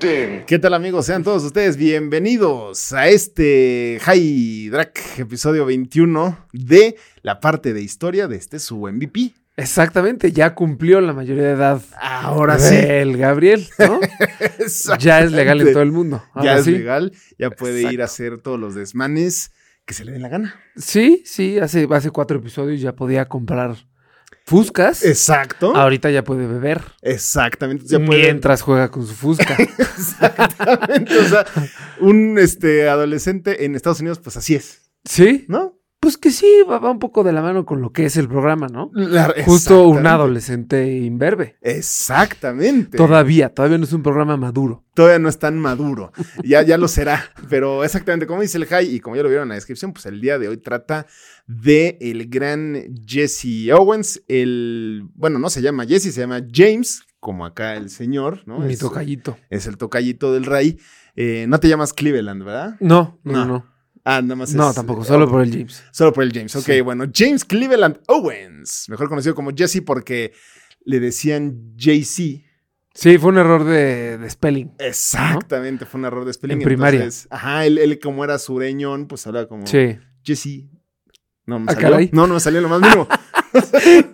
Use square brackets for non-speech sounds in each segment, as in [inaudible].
ding. ¿Qué tal amigos? Sean todos ustedes bienvenidos a este High Drac episodio 21 de la parte de historia de este su MVP. Exactamente, ya cumplió la mayoría de edad Ahora del Gabriel, [laughs] ¿no? ya es legal en todo el mundo. Ya ahora es sí. legal, ya puede ir Exacto. a hacer todos los desmanes que se le den la gana. Sí, sí, hace, hace cuatro episodios ya podía comprar fuscas. Exacto. Ahorita ya puede beber. Ah. Exactamente. Ya puede- mientras juega con su [laughs] fusca. Exactamente. O sea, un este, adolescente en Estados Unidos, pues así es, sí, ¿no? pues que sí, va, va un poco de la mano con lo que es el programa, ¿no? La- Justo un exactamente. adolescente imberbe. Exactamente. Todavía, todavía no es un programa maduro. todavía no es tan maduro. Ya, ya lo será. Pero exactamente como dice el High y como ya lo vieron en la descripción, pues el día de hoy trata de el gran Jesse Owens. El, bueno, no se llama Jesse, se llama James, como acá el señor, ¿no? Mi es, tocallito. es el tocallito del Ray. Eh, no te llamas Cleveland, ¿verdad? No, no, no. No, Ah, nada más No, es- tampoco, solo por el James. Solo por el James. Ok, Sí. bueno, James Cleveland Owens, mejor conocido como Jesse porque le decían JC. Sí, fue un error de, de spelling. Exactamente, fue un error de spelling. En primaria. entonces, ajá, él, él como era sureñón, pues hablaba como Sí. Jesse. No, me Ah, salió. caray. Ah, No, no me salió lo más [laughs] mínimo.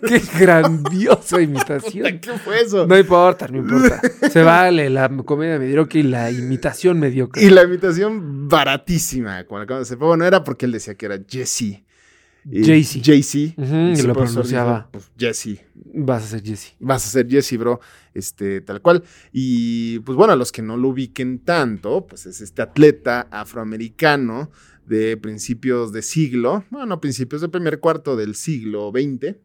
Qué [laughs] grandiosa imitación. ¿Qué fue eso? No importa, no [laughs] importa. Se vale la comedia mediocre y la imitación mediocre. Y la imitación baratísima, como la acabo de hacer. Pero bueno, era porque él decía que era Jesse. Y Jay-Z. Jay-Z. Ujú, Y y su profesor dijo, lo pronunciaba. pues, Jesse. Vas a ser Jesse. vas a ser Jesse, bro, este, tal cual. Y pues bueno, a los que no lo ubiquen tanto, pues es este atleta afroamericano de principios de siglo, bueno, principios del primer cuarto del siglo XX,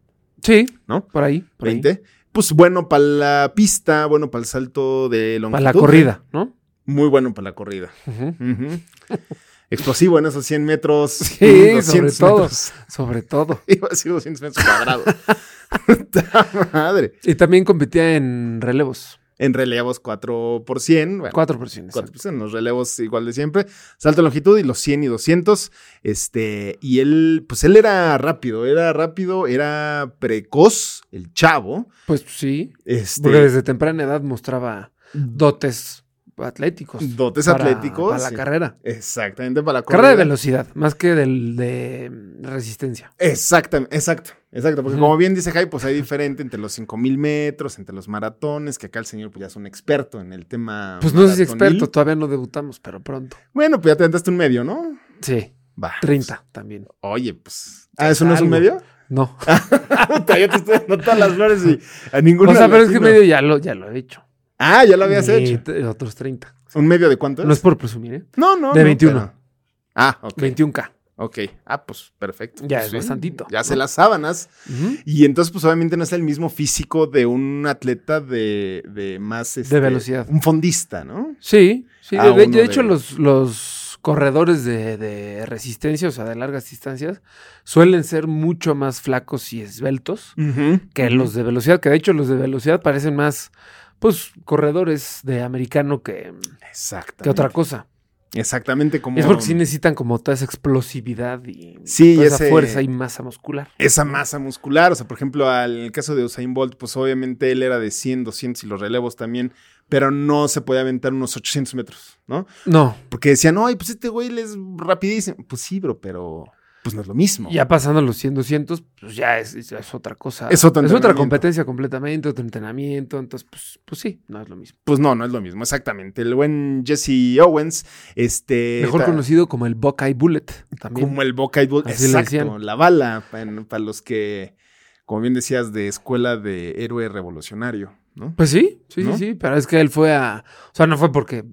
Sí, ¿No? Por ahí. por ahí. 20, pues bueno para la pista, bueno para el salto de longitud. eh, Para la corrida, ¿no? Muy bueno para la corrida. Ujú. [laughs] Ujú. Explosivo en esos 100 metros. Sí, sobre 200 todo. metros. [laughs] Sobre todo. Iba a decir 200 metros cuadrados. [laughs] ¡Ta madre! Y también competía en relevos. En relevos 4 por 100. bueno, 4%. cuatro, exacto. pues, en los relevos igual de siempre, salto en longitud y los 100 y 200, este, y él, pues él era rápido, era rápido, era precoz, el chavo, Pues sí. este, Porque desde temprana edad mostraba dotes atléticos. dotes para- atléticos. Para la sí. carrera. Exactamente, para la Carrera de corrida. velocidad, más que del de resistencia. Exactamente, exacto, exacto, porque Ujú. como bien dice Jai, pues hay diferente entre los 5000 metros, entre los maratones, que acá el señor pues ya es un experto en el tema. Pues no sé si Ah, maratonil. experto, todavía no debutamos, pero pronto. Bueno, pues ya te aventaste un medio, ¿no? Sí, Va. 30 también. Oye, pues. Ah, ¿eso no es un Algo. [laughs] medio? [laughs] No. Ah, Puta, yo te estoy dando todas las flores y a ninguno. o sea, pero es que medio ya lo, ya lo he hecho. Ah, ya lo habías Y hecho. t- Otros 30. ¿Un medio de cuánto? No es por presumir, ¿eh? no, no. de no, 21. pero- Ah, ok. 21K. Ok. Ah, pues perfecto. Ya Pues, es bastantito, Ya se ¿no? las sábanas. Ujú. Y entonces, pues obviamente no es el mismo físico de un atleta de, de más. este, velocidad. Un fondista, ¿no? Sí, sí. Ah, de- de, uno de hecho, de- los, los corredores de, de resistencia, o sea, de largas distancias, suelen ser mucho más flacos y esbeltos que los de velocidad, que de hecho los de velocidad parecen más, pues, corredores de americano que, Exactamente. que otra cosa. Exactamente como. Es porque sí necesitan como toda esa explosividad y Sí, toda y esa ese- fuerza y masa muscular. esa masa muscular. O sea, por ejemplo, al en el caso de Usain Bolt, pues obviamente él era de 100, 200 y los relevos también, pero no se podía aventar unos 800 metros, ¿no? No, Porque decían, ay, pues este güey él es rapidísimo. Pues sí, bro, pero pues no es lo mismo. ya pasando los 100, 200, pues ya es, ya es otra cosa. Es otro otra entrenamiento. competencia completamente, otro entrenamiento. Entonces, pues, pues sí, no es lo mismo. Pues no, no es lo mismo, exactamente. El buen Jesse Owens, este... Mejor ta- conocido como el Buckeye Bullet. También. Como el Buckeye Bull. Así le Exacto, decían. la bala, para los que, como bien decías, de escuela de héroe revolucionario, ¿no? Pues sí, sí, ¿No? sí, sí. Pero es que él fue a. O sea, no fue porque.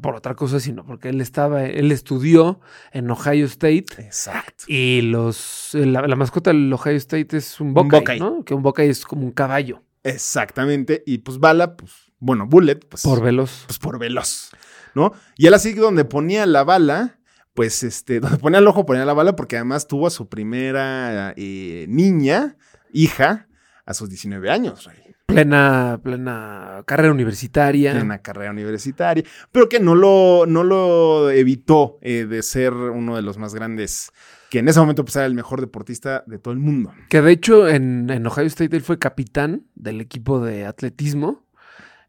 Por otra cosa, sino porque él estaba. Él estudió en Ohio State. Exacto. Y los. eh, La, la mascota del Ohio State es un Buckeye, Buckeye. ¿no? Que un Buckeye es como un caballo. Exactamente. Y pues bala, pues, bueno, bullet, pues... Por veloz. pues por veloz. ¿no? Y él así donde ponía la bala, pues este, [laughs] donde ponía el ojo ponía la bala porque además tuvo a su primera eh, niña, hija, a sus 19 años, Ray. Plena, plena carrera universitaria. en una carrera universitaria, pero que no lo, no lo evitó eh, de ser uno de los más grandes, que en ese momento pues, era el mejor deportista de todo el mundo. Que de hecho en, en Ohio State él fue capitán del equipo de atletismo.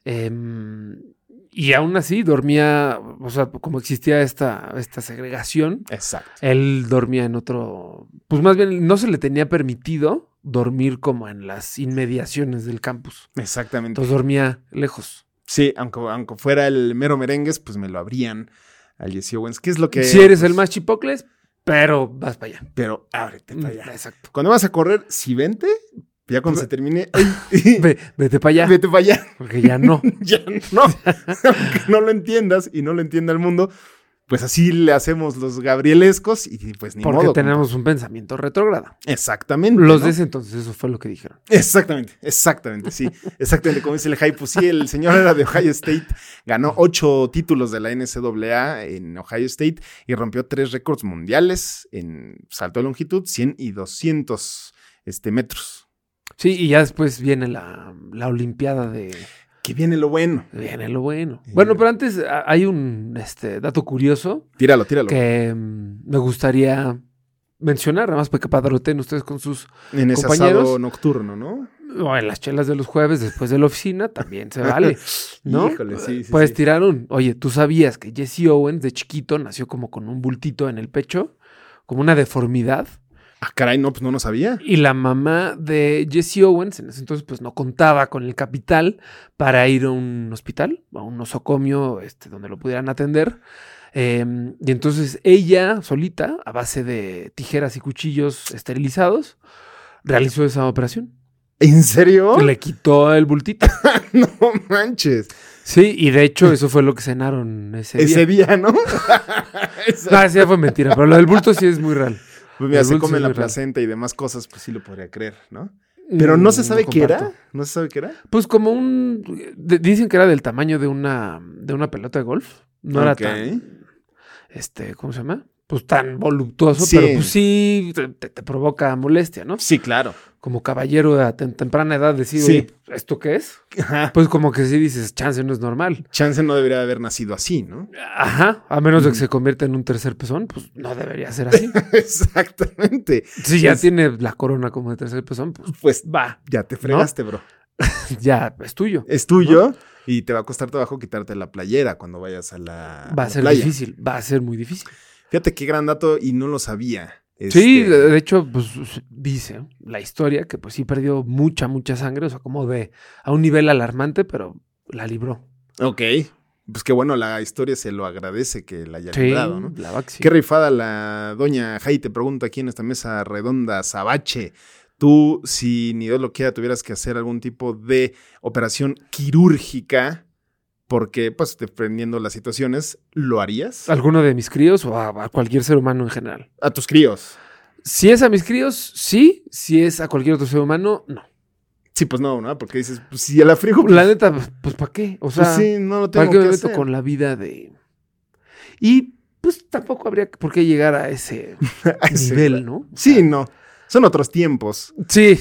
em, y aún así dormía, o sea, como existía esta, esta segregación, Exacto. él dormía en otro. Pues más bien no se le tenía permitido dormir como en las inmediaciones del campus. Exactamente. Entonces dormía lejos. sí, aunque, aunque fuera el mero merengues, pues me lo abrían al Jesse Owens, que es lo que... si eres el pues, más chipocles, pero vas para allá. Pero ábrete para allá. Exacto. Cuando vas a correr, si vente, ya cuando se termine, [laughs] [laughs] Ve- vete para allá, vete para allá. [laughs] porque ya no. ya [laughs] no, aunque no lo entiendas y no lo entienda el mundo, pues así le hacemos los gabrielescos y pues ni Porque modo. tenemos un pensamiento retrógrado. compa. Exactamente. Los ¿no? de ese entonces, eso fue lo que dijeron. Exactamente, exactamente, sí. Exactamente, como dice el hype, pues sí, el señor era de Ohio State, ganó ocho títulos de la NCAA en Ohio State y rompió tres récords mundiales en salto de longitud, 100 y 200 este, metros. Sí, y ya después viene la, la Olimpiada de. Que viene lo bueno. Viene lo bueno. Eh. Bueno, pero antes a- hay un este, dato curioso Tíralo, tíralo. que mm, me gustaría mencionar, además, porque padroten ustedes con sus. En ese asado compañeros. nocturno, ¿no? o en las chelas de los jueves después de la oficina también [laughs] se vale. ¿No? Pues Híjole, sí, sí, Puedes sí. tirar un. Oye, ¿tú sabías que Jesse Owens de chiquito nació como con un bultito en el pecho? Como una deformidad. Ah, caray, no, pues no lo sabía. Y la mamá de Jesse Owens en ese entonces pues no contaba con el capital para ir a un hospital, a un nosocomio este, donde lo pudieran atender. Eh, y entonces ella solita, a base de tijeras y cuchillos esterilizados, realizó esa operación. ¿En serio? Le quitó el bultito. [laughs] No manches. Sí, y de hecho eso fue lo que cenaron ese, Ese día. día, [laughs] ¿no? Eso. No, ese día fue mentira, pero lo del bulto sí es muy real. Pues mira, el se dulce come es la muy raro. placenta y demás cosas, pues sí lo podría creer, ¿no? Pero no se Mm, sabe qué era. comparto. No se sabe qué era. Pues como un... de- dicen que era del tamaño de una, de una pelota de golf. No era Ok. tan este, ¿cómo se llama? Pues tan voluptuoso, Sí. pero pues sí te, te- te provoca molestia, ¿no? Sí, claro. Como caballero a tem- temprana edad decir, Sí. "Oye, ¿esto qué es? Ajá. Pues como que sí dices, chance no es normal. Chance no debería haber nacido así, ¿no? [laughs] Ajá, a menos de que se convierta en un tercer pezón, pues no debería ser [laughs] así. Exactamente. Si ya Pues- tiene la corona como de tercer pezón, pues Pues va, ya te fregaste, bro. ya es tuyo. Es tuyo y te va a costar trabajo quitarte la playera cuando vayas a la, la Va a ser playa. difícil, va a ser muy difícil. Fíjate qué gran dato y no lo sabía. Sí, Este, de de hecho, pues dice la historia que pues sí perdió mucha, mucha sangre, o sea, como de a un nivel alarmante, pero la libró. Ok. Pues qué bueno, la historia se lo agradece que la haya Sí, librado, ¿no? la Baxi. Qué rifada la doña Jai te pregunta aquí en esta mesa redonda, Sabache. Tú, si ni Dios lo quiera, tuvieras que hacer algún tipo de operación quirúrgica, porque, pues, dependiendo las situaciones, ¿lo harías? ¿Alguno de mis críos o a, a cualquier ser humano en general? A tus críos. Si es a mis críos, sí. Si es a cualquier otro ser humano, no. Sí, pues no, ¿no? Porque dices, pues, si a la frijo, pues, La neta, pues ¿para qué? O sea, pues sí, no lo ¿para tengo qué que me meto hacer. con la vida de... Y pues tampoco habría por qué llegar a ese [laughs] A ese nivel, ¿no? [laughs] Sí, no. Son otros tiempos. [laughs] Sí.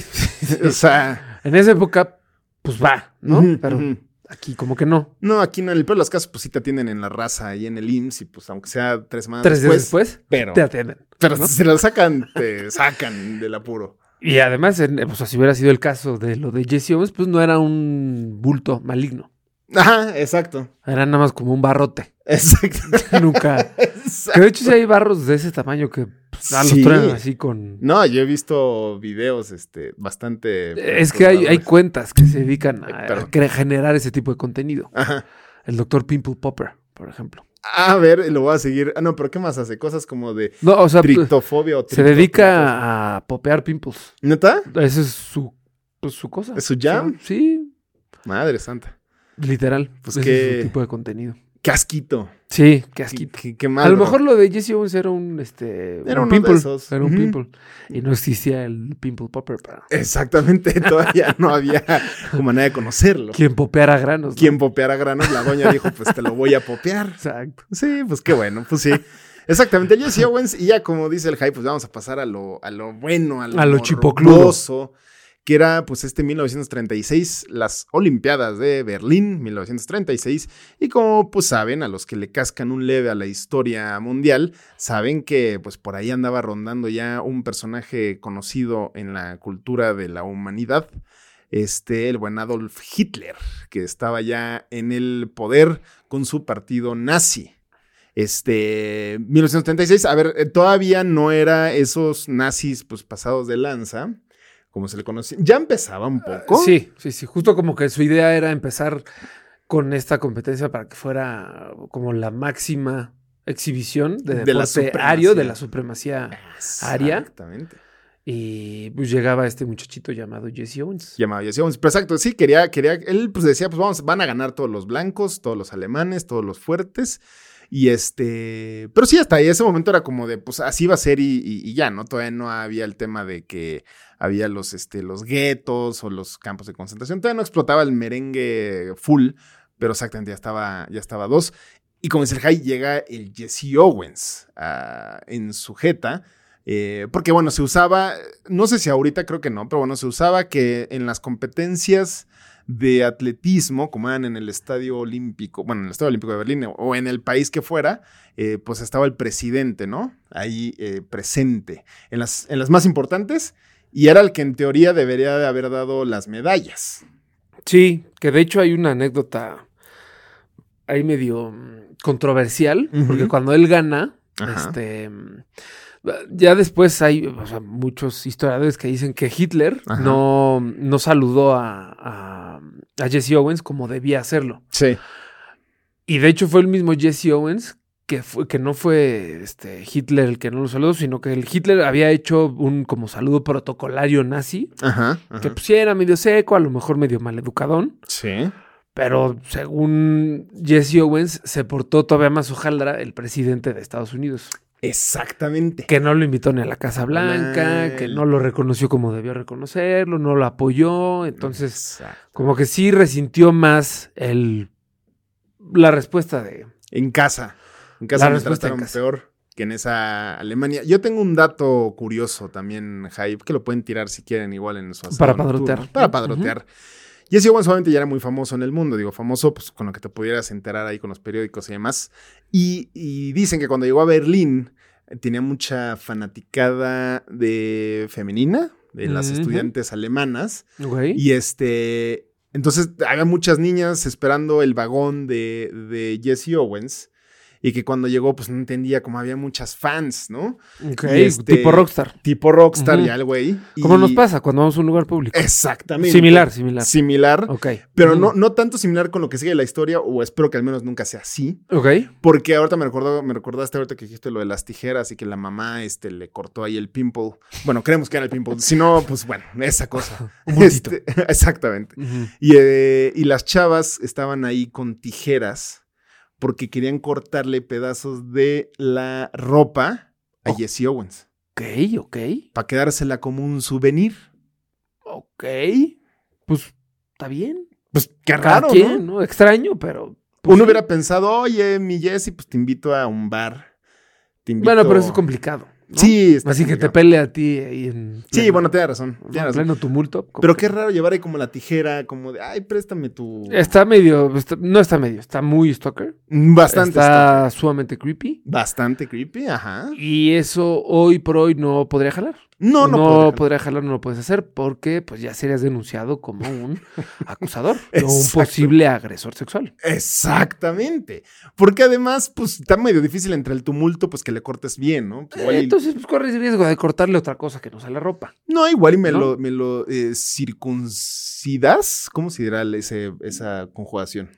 O sea, en esa época, pues va, ¿no? ujú, Pero ujú. aquí como que no. No, aquí en el peor de los casos, pues sí te atienden en la raza y en el IMSS, y pues aunque sea tres más Tres días después, pero- te atienden. Pero ¿no? si se la sacan, te sacan del apuro. Y además, en- o sea, si hubiera sido el caso de lo de Jesse Owens, pues no era un bulto maligno. Ajá, exacto. [laughs] Era nada más como un barrote. [laughs] Exacto. Nunca. Que exacto. de hecho, sí hay barros de ese tamaño que pues, ah, los Sí. traen así con. No, yo he visto videos este, bastante. Es que hay, hay cuentas que se dedican Ay, a, pues, perdón. cre- generar ese tipo de contenido. Ajá. El doctor Pimple Popper, por ejemplo. A ver, lo voy a seguir. Ah, no, pero ¿qué más hace? Cosas como de No, o sea, trictofobia o Ah, pues, se tripto- dedica a popear pimples. ¿Neta? Esa es su, pues, su cosa. ¿Es su jam? Sí, Madre santa. literal. Pues Ese que- es su tipo de contenido. Casquito. Sí, qué asquito. Qué, qué- qué mal, A lo bro. mejor lo de Jesse Owens era un este Era uno un de pimple, esos. era un Ujú. pimple y no existía el pimple popper para Exactamente, todavía no había como manera de conocerlo. quien popeara granos. ¿no? Quien popeara granos, la doña dijo, pues te lo voy a popear. Exacto. Sí, pues qué bueno, pues sí. Exactamente, Jesse Owens, y ya como dice el hype, pues vamos a pasar a lo, a lo bueno, a lo, A lo morboso, chipocludo. que era pues este 1936, las Olimpiadas de Berlín, 1936, y como pues saben, a los que le cascan un leve a la historia mundial, saben que pues por ahí andaba rondando ya un personaje conocido en la cultura de la humanidad, este, el buen Adolf Hitler, que estaba ya en el poder con su partido nazi. Este, 1936, a ver, eh, todavía no era esos nazis pues pasados de lanza, como se le conocía. Ya empezaba un poco. Sí, sí, sí. Justo como que su idea era empezar con esta competencia para que fuera como la máxima exhibición de, De la deporte supremacía. ario de la supremacía aria. Ah, Exactamente. y pues llegaba este muchachito llamado Jesse Owens. Llamado Jesse Owens. Pero exacto, sí, quería, quería, él pues decía, pues vamos, van a ganar todos los blancos, todos los alemanes, todos los fuertes. Y este, pero sí, hasta ahí, ese momento era como de, pues así va a ser y, y- y ya, ¿no? Todavía no había el tema de que había los, este, los guetos o los campos de concentración. Todavía no explotaba el merengue full, pero exactamente ya estaba, ya estaba dos. Y como dice el high, llega el Jesse Owens ah, en sujeta. Eh, porque bueno, se usaba, no sé si ahorita creo que no, pero bueno, se usaba que en las competencias de atletismo, como eran en el Estadio Olímpico, bueno, en el Estadio Olímpico de Berlín o en el país que fuera, eh, pues estaba el presidente, ¿no? Ahí eh, presente, en las, en las más importantes, y era el que en teoría debería de haber dado las medallas. Sí, que de hecho hay una anécdota ahí medio mm, controversial, Ujú. porque cuando él gana, Ajá. este mm, ya después hay o sea, muchos historiadores que dicen que Hitler Ajá. no, mm, no saludó a, a- a Jesse Owens como debía hacerlo. Sí. Y de hecho fue el mismo Jesse Owens que, fue, que no fue este, Hitler el que no lo saludó, sino que el Hitler había hecho un como saludo protocolario nazi, Ajá. ajá. que pues sí era medio seco, a lo mejor medio maleducadón. Sí. Pero según Jesse Owens, se portó todavía más hojaldra el presidente de Estados Unidos. Exactamente. Que no lo invitó ni a la Casa Blanca, Blanca, que el- no lo reconoció como debió reconocerlo, no lo apoyó. Entonces, Exacto. como que sí resintió más el la respuesta de. En casa. En casa La me respuesta en trataron casa. peor que en esa Alemania. Yo tengo un dato curioso también, Hype, que lo pueden tirar si quieren igual en su Para asado padrotear. nocturno. Para padrotear. Jesse Owens obviamente ya era muy famoso en el mundo, digo, famoso pues con lo que te pudieras enterar ahí con los periódicos y demás. Y, y dicen que cuando llegó a Berlín eh, tenía mucha fanaticada de femenina, de las Ujú. estudiantes alemanas. Güey. Y este. Entonces había muchas niñas esperando el vagón de, de Jesse Owens. Y que cuando llegó, pues no entendía cómo había muchas fans, ¿no? Ok, y este- Tipo rockstar. Tipo rockstar Ujú. ya el güey. y- Como nos pasa cuando vamos a un lugar público. Exactamente. Similar, similar. Similar. Ok. Pero Mm. no, no tanto similar con lo que sigue la historia, o espero que al menos nunca sea así. Ok. Porque ahorita me, recordó, me recordaste ahorita que dijiste lo de las tijeras y que la mamá este, le cortó ahí el pimple. Bueno, creemos que era el pimple. Si no, pues bueno, esa cosa. [laughs] Un puntito. Este, [laughs] exactamente. Ujú. Y, eh, y las chavas estaban ahí con tijeras porque querían cortarle pedazos de la ropa a Oh. Jesse Owens Ok, ok. para quedársela como un souvenir. Ok. Pues está bien. Pues qué Cada raro, ¿no? quien, ¿no? Extraño, pero. pues, Uno sí. hubiera pensado, oye, mi Jesse, pues te invito a un bar. Te invito... Bueno, pero eso es complicado. ¿no? Sí, está Así que te complicado. pele a ti ahí en. Sí, pleno- bueno, tienes razón. en tienes razón. pleno tumulto. como Pero que- qué raro llevar ahí como la tijera, como de, ay, préstame tu... Está medio. está- no está medio, está muy stalker. Bastante. está sumamente creepy. Bastante creepy, ajá. Y eso hoy por hoy no podría jalar. No, no, podría jalar. podría jalar, no lo puedes hacer porque pues ya serías denunciado [laughs] como un acusador o un Exacto. posible agresor sexual. Exactamente. Porque además, pues está medio difícil entre el tumulto, pues que le cortes bien, ¿no? Pues, igual y- Entonces pues, corres el riesgo de cortarle otra cosa que no sea la ropa. no, igual y me ¿no? lo, me lo eh, circuncidas. ¿Cómo se dirá ese- esa conjugación?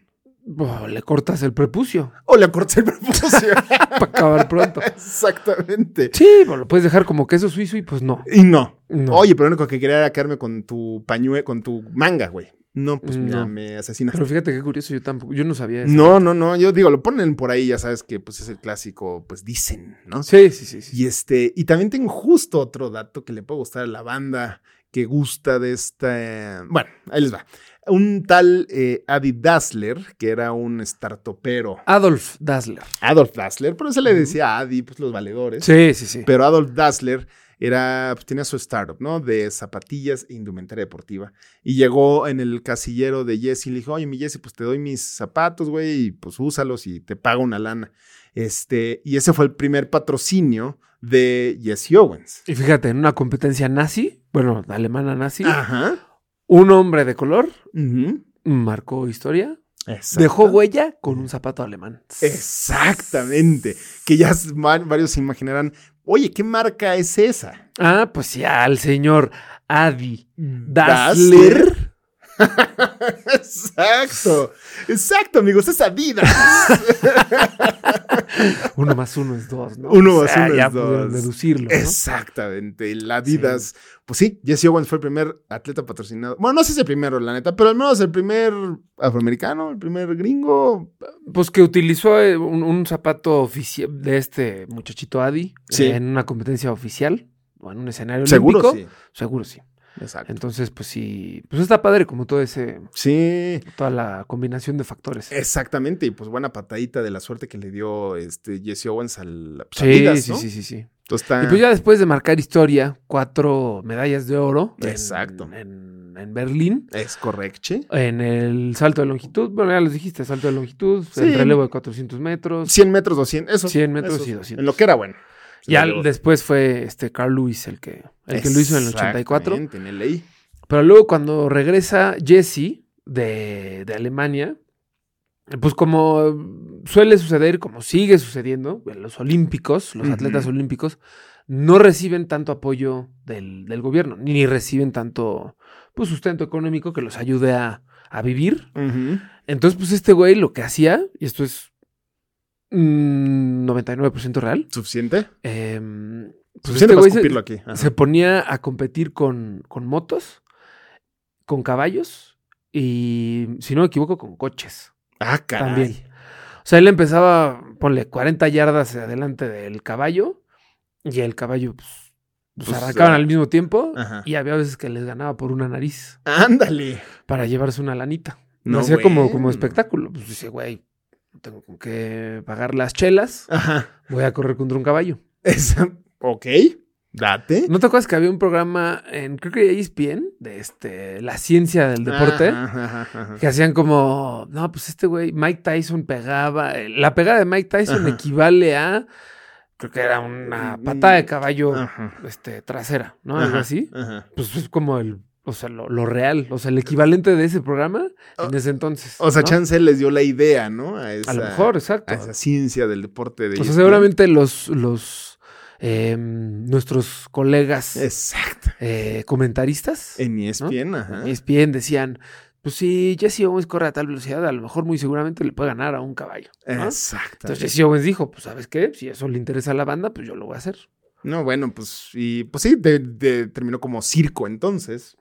Oh, le cortas el prepucio [laughs] O le corté el prepucio. para acabar pronto. Exactamente. Sí, pues, lo puedes dejar como queso suizo y pues no. Y no. No. Oye, pero lo único que quería era quedarme con tu pañue, con tu manga, güey. No, pues mira, Mm, No. me asesina. Pero fíjate qué curioso, yo tampoco, yo no sabía eso. No, no, no. Yo digo, lo ponen por ahí, ya sabes que pues es el clásico, pues dicen, ¿no? Sí, sí, sí. sí. Y este, y también tengo justo otro dato que le puede gustar a la banda que gusta de esta. Bueno, ahí les va. Un tal eh, Adi Dassler, que era un startupero. Adolf Dassler. Adolf Dassler, pero se le decía Adi, pues los valedores. Sí, sí, sí. Pero Adolf Dassler era, pues, tenía su startup, ¿no? De zapatillas e indumentaria deportiva. Y llegó en el casillero de Jesse y le dijo, oye, mi Jesse, pues te doy mis zapatos, güey, y pues úsalos y te pago una lana. Este, y ese fue el primer patrocinio de Jesse Owens. Y fíjate, en una competencia nazi, bueno, alemana nazi, Ah. Ajá. un hombre de color Ujú. marcó historia, Exacto. dejó huella con un zapato alemán. Exactamente. Que ya s- ma- varios se imaginarán, oye, ¿qué marca es esa? [laughs] Ah, pues ya, al señor Adi Dassler. Dassler. Exacto. Exacto, amigos, es Adidas. Uno más uno es dos, ¿no? Uno más uno ya es dos. pudieron deducirlo. ¿no? Exactamente, el Adidas. Pues sí, Jesse Owens fue el primer atleta patrocinado. Bueno, no sé si es el primero, la neta, pero al menos el primer afroamericano, el primer gringo. Pues que utilizó eh, un, un zapato oficial de este muchachito Adi Sí. eh, en una competencia oficial o en un escenario Seguro olímpico. sí. Seguro sí. Exacto. Entonces, pues sí, pues está padre como todo ese, Sí, toda la combinación de factores. Eh, exactamente. Y pues buena patadita de la suerte que le dio este Jesse Owens al pues, Sí, Adidas, sí, ¿no? Ah. sí, sí, sí. Entonces está- Y pues ya después de marcar historia, cuatro medallas de oro. en- Exacto. En, en Berlín. Es correcto. En el salto de longitud, bueno, ya los dijiste, salto de longitud, Sí. el relevo de 400 metros. 100 metros, 200, eso. 100 Pues metros eso, y 200. En lo que era bueno. Se Ya la llevó. después fue este Carl Lewis el que, el que lo hizo en el 84. Exactamente, en LA. Pero luego cuando regresa Jesse de, de Alemania, pues como suele suceder, como sigue sucediendo, en los olímpicos, los Ujú. atletas olímpicos, no reciben tanto apoyo del, del gobierno, ni reciben tanto pues, sustento económico que los ayude a, a vivir. Ujú. Entonces, pues este güey lo que hacía, y esto es mm, 99% real, ¿Suficiente? em, pues Suficiente para güey se- escupirlo aquí. Ajá. se ponía a competir con, con motos, con caballos y, si no me equivoco, con coches Ah, caray. también. O sea, él empezaba, ponle 40 yardas adelante del caballo y el caballo, pues, pues, Pues, arrancaban ah. al mismo tiempo Ajá. y había veces que les ganaba por una nariz Ándale. para llevarse una lanita. No, No, hacía como, bueno. como espectáculo. Pues dice, güey, no tengo con qué pagar las chelas, Ajá. voy a correr contra un caballo. Esa- ok, date. ¿No te acuerdas que había un programa en, creo que E ESPN, de este, la ciencia del deporte? Ajá, ajá, ajá. Que hacían como, no, pues este güey, Mike Tyson pegaba, eh, la pegada de Mike Tyson Ajá. equivale a, creo que era una Mm, patada de caballo, Ajá. este, trasera, ¿no? Algo Ajá, así. ajá. Pues es como el, o sea, lo, lo real, o sea, el equivalente de ese programa en ese entonces. O sea, ¿no? Chance les dio la idea, ¿no? A, esa, A lo mejor, exacto. a esa ciencia del deporte de E O sea, ESPN. seguramente los, los, em, nuestros colegas Exacto. eh, comentaristas. En E ESPN, ajá. Y ESPN decían, pues si Jesse Owens corre a tal velocidad, a lo mejor muy seguramente le puede ganar a un caballo. ¿no? Exacto. Entonces Jesse Owens dijo, pues sabes qué, si eso le interesa a la banda, pues yo lo voy a hacer. No, bueno, pues, y, pues sí, de- de- terminó como circo entonces.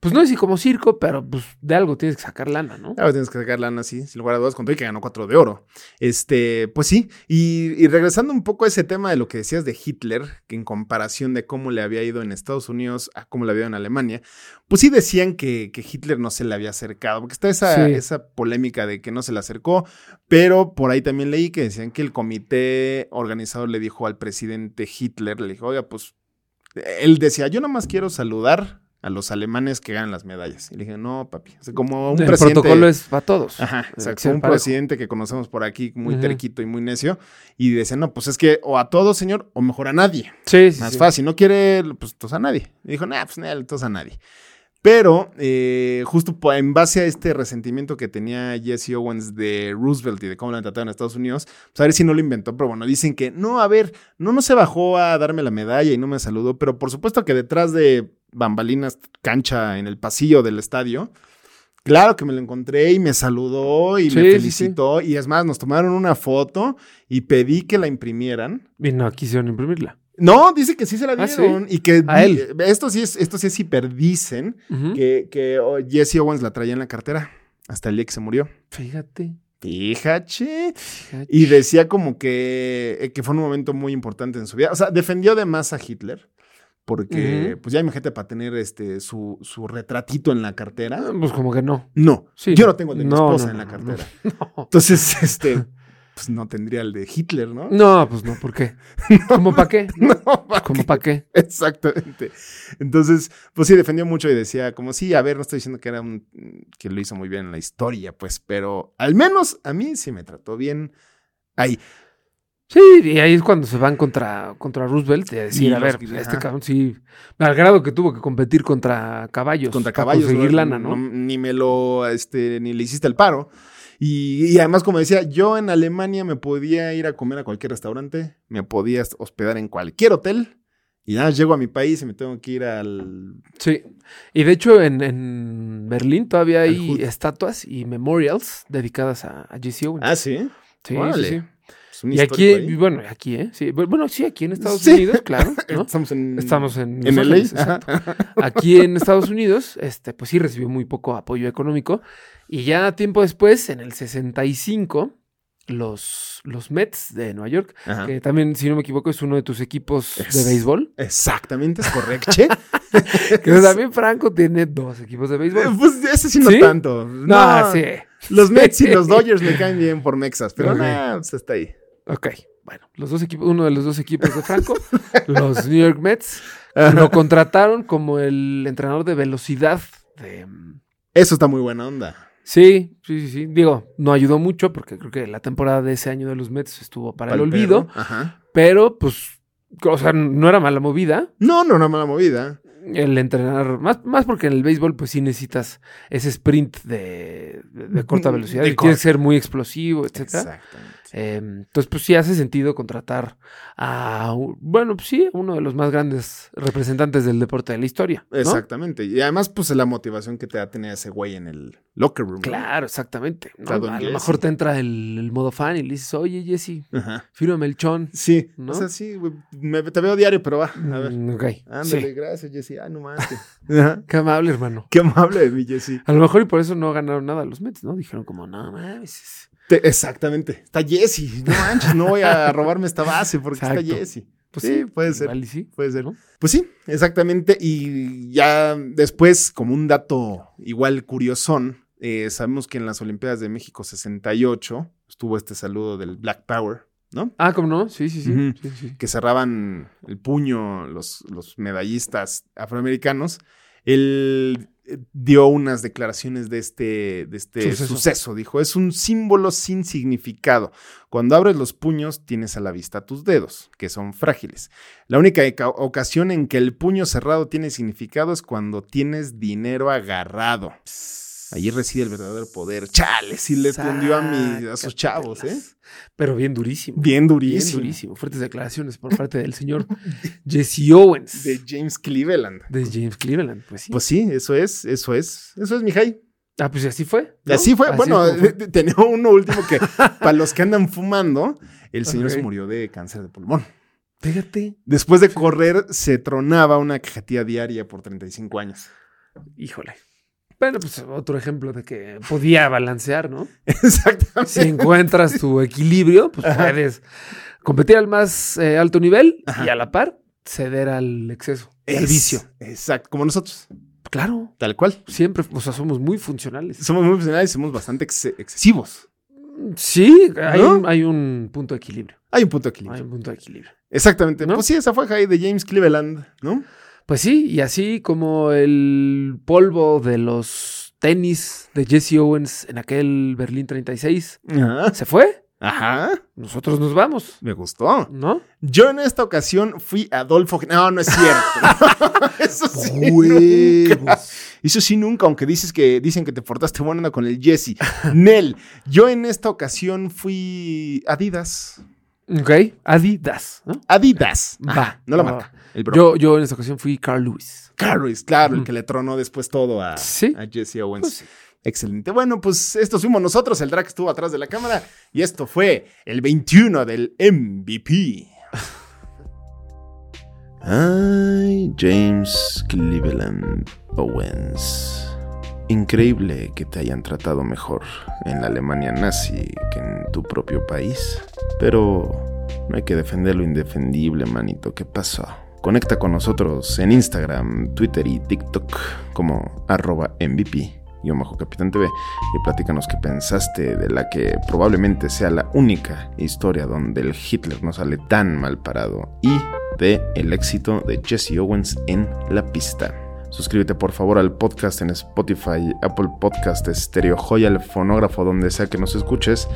Pues no es así como circo, pero pues de algo tienes que sacar lana, ¿no? Ahora tienes que sacar lana así, sin lugar a dudas, con todo y que ganó cuatro de oro. Este, pues sí, y, y regresando un poco a ese tema de lo que decías de Hitler, que en comparación de cómo le había ido en Estados Unidos a cómo le había ido en Alemania, pues sí decían que, que Hitler no se le había acercado, porque está esa, Sí. esa polémica de que no se le acercó, pero por ahí también leí que decían que el comité organizador le dijo al presidente Hitler, le dijo, oiga, pues él decía, yo nomás quiero saludar a los alemanes que ganan las medallas. Y le dije, no, papi, o sea, como un El presidente... protocolo es para todos. Ajá, Tiene que exacto. ser Eh, Un parejo. presidente que conocemos por aquí, muy Ujú. terquito y muy necio, y decía, no, pues es que o a todos, señor, o mejor a nadie. Sí, sí, Más sí. fácil, no quiere, pues tos a nadie. Y dijo, nah, pues nada, tos a nadie. Pero eh, justo po- en base a este resentimiento que tenía Jesse Owens de Roosevelt y de cómo lo han tratado en Estados Unidos, pues a ver si no lo inventó, pero bueno, dicen que no, a ver, no, no se bajó a darme la medalla y no me saludó, pero por supuesto que detrás de bambalinas, cancha en el pasillo del estadio, claro que me lo encontré y me saludó y Sí, me sí, sí. felicitó y es más, nos tomaron una foto y pedí que la imprimieran. Y no quisieron imprimirla. No, dice que sí se la Ah, dieron. Y que eh, A él. ¿Mm? esto sí es, esto sí es hiperdicen Ujú. que, que oh, Jesse Owens la traía en la cartera hasta el día que se murió. Fíjate. Fíjate. fíjate. Y decía como que, eh, que fue un momento muy importante en su vida. O sea, defendió de más a Hitler. Porque, Ujú. pues ya imagínate para tener este su, su retratito en la cartera. Ah, Pues como que no. No, Sí. yo no tengo el de mi No, esposa no, en la no, cartera. no. Entonces, [laughs] este, pues no tendría el de Hitler, ¿no? [laughs] No, pues no, ¿por qué? ¿Cómo para qué? [laughs] Pues, No, ¿para ¿Cómo para qué? [laughs] Exactamente. Entonces, pues sí, defendió mucho y decía, como sí, a ver, no estoy diciendo que era un que lo hizo muy bien en la historia, pues, pero al menos a mí sí me trató bien ahí. Sí, y ahí es cuando se van contra, contra Roosevelt y a decir, Y a los- ver, ajá. este cabrón sí, al grado que tuvo que competir contra caballos. Contra para caballos. Pues, Conseguir ¿no? lana, ¿no? Ni me lo, este, ni le hiciste el paro. Y, y además, como decía, yo en Alemania me podía ir a comer a cualquier restaurante, me podía hospedar en cualquier hotel. Y nada, más llego a mi país y me tengo que ir al Sí. Y de hecho en, en Berlín todavía Al hay Hood. estatuas y memorials dedicadas a, a G.C. Owens. Ah, sí. sí, sí, órale. sí. Es pues, un Y aquí, histórico ahí. y bueno, aquí, ¿eh? Sí. Bu- Bueno, sí, aquí en Estados Sí. Unidos, claro, ¿no? estamos [laughs] en. Estamos en, en Los LA. Ángeles, Ajá. exacto. Aquí en Estados Unidos, este, pues sí recibió muy poco apoyo económico. Y ya tiempo después, en el 65, los, los Mets de Nueva York, Ajá. que también, si no me equivoco, es uno de tus equipos Ah. Es- de béisbol. Exactamente, es correcto. [laughs] che. Que también Franco tiene dos equipos de béisbol. Pues ese sí no ¿Sí? tanto. No, sí. Los Mets y los Dodgers me caen bien por Mexas, pero Ok. nada, pues está ahí. Ok. Bueno, los dos equipos, uno de los dos equipos [laughs] de Franco, los New York Mets, lo contrataron como el entrenador de velocidad de, mm, Eso está muy buena onda. Sí, sí, sí, sí. Digo, no ayudó mucho porque creo que la temporada de ese año de los Mets estuvo para el Pa'l olvido, perro. Ajá. pero pues, o sea, no era mala movida No, no, una mala movida. el entrenar, más, más porque en el béisbol pues sí necesitas ese sprint de, de- de corta Mm, De velocidad, y corta. tienes que ser muy explosivo, etcétera. Exactamente. Eh, entonces pues sí hace sentido contratar a, un- bueno, pues sí, uno de los más grandes representantes del deporte de la historia. ¿no? Exactamente. Y además, pues la motivación que te da tener ese güey en el locker room. ¿no? Claro, exactamente. ¿no? Está Don A lo Jesse. mejor te entra el, el modo fan y le dices, oye Jesse, Ajá. Fírmame el chon. Sí. ¿No? O sea, sí, güey, me- te veo diario, pero va. A ver. Mm, ok, Ándale, sí. gracias, Jesse. Ah, no mames. Ajá. Qué amable, hermano. Qué amable de mi Jesse. A lo mejor y por eso no ganaron nada los Mets, ¿no? Dijeron como, no mames. Te- exactamente. Está Jesse. No manches, no voy a robarme esta base porque Exacto. está Jesse. Pues sí, puede ser. igual y sí. Puede ser. ¿No? Pues sí, exactamente. Y ya después, como un dato igual curiosón, eh, sabemos que en las Olimpiadas de México 68 estuvo este saludo del Black Power, ¿no? Ah, ¿cómo no? Sí, sí, sí. Ujú. sí, sí. Que cerraban el puño los, los medallistas afroamericanos. Él eh, dio unas declaraciones de este, de este Suceso. suceso. Dijo, es un símbolo sin significado. Cuando abres los puños, tienes a la vista tus dedos, que son frágiles. La única eca- ocasión en que el puño cerrado tiene significado es cuando tienes dinero agarrado. Allí reside el verdadero poder. Chale, sí le tendió a, mi, a sus chavos, ¿eh? Sácatelas. Pero bien durísimo. Bien Bien durísimo. durísimo. Fuertes declaraciones por parte [laughs] del señor Jesse Owens. De De, James Cleveland. James Cleveland, pues sí. Pues sí, eso es, eso es, eso es, Mijay. ah, pues así fue. Y ¿no? Así fue, bueno, eh, es como fue. de- de- [laughs] tenía uno último [laughs] que para los que andan fumando, el señor se Ok. murió de cáncer de pulmón. Fíjate. Después de correr, se tronaba una cajetilla diaria por 35 años. [laughs] Híjole. Bueno, pues otro ejemplo de que podía balancear, ¿no? Exactamente. si encuentras tu equilibrio, pues puedes competir al más eh, alto nivel y a la par ceder al exceso, al Es- vicio. Exacto, como nosotros, Claro, tal cual. siempre, o sea, somos muy funcionales. Somos muy profesionales y somos bastante ex- excesivos. Sí, hay, ¿No? un, hay un punto de equilibrio. Hay un punto de equilibrio. Hay un punto de equilibrio. Exactamente. ¿No? Pues sí, esa fue Jai de James Cleveland, ¿no? Pues sí, y así como el polvo de los tenis de Jesse Owens en aquel Berlín 36 Ajá. se fue, Ajá. nosotros nos vamos, Me gustó. ¿no? Yo en esta ocasión fui Adolfo. Gen- No, no es cierto. [laughs] Eso sí. nunca. Eso sí, nunca, aunque dices que dicen que te portaste buena onda con el Jesse. Nel, yo en esta ocasión fui Adidas. Ok, Adidas, ¿no? Adidas. Va. Ajá, Ah, no la Va, marca. El bro. Yo, yo en esta ocasión fui Carl Lewis. Claro, es claro, el Mm. que le tronó después todo a, Sí. a Jesse Owens. Pues sí. Excelente. Bueno, pues estos fuimos nosotros. El drag estuvo atrás de la cámara. Y esto fue el 21 del MVP. [laughs] Ay, James Cleveland Owens. Increíble que te hayan tratado mejor en la Alemania nazi que en tu propio país. Pero no hay que defender lo indefendible, manito. ¿Qué pasó? Conecta con nosotros en Instagram, Twitter y TikTok como arroba MVP y bajo Capitán TV y platícanos qué pensaste de la que probablemente sea la única historia donde el Hitler no sale tan mal parado y de el éxito de Jesse Owens en la pista. Suscríbete por favor al podcast en Spotify, Apple Podcast, Stereo Joya, el fonógrafo, donde sea que nos escuches,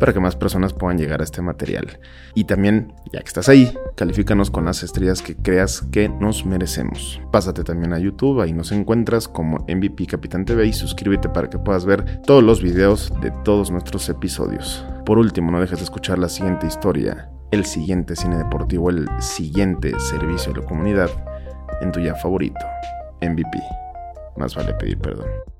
para que más personas puedan llegar a este material. Y también, ya que estás ahí, califícanos con las estrellas que creas que nos merecemos. Pásate también a YouTube, ahí nos encuentras como MVP Capitán TV y suscríbete para que puedas ver todos los videos de todos nuestros episodios. Por último, no dejes de escuchar la siguiente historia, el siguiente cine deportivo, el siguiente servicio a la comunidad en tu ya favorito. MVP. Más vale pedir perdón.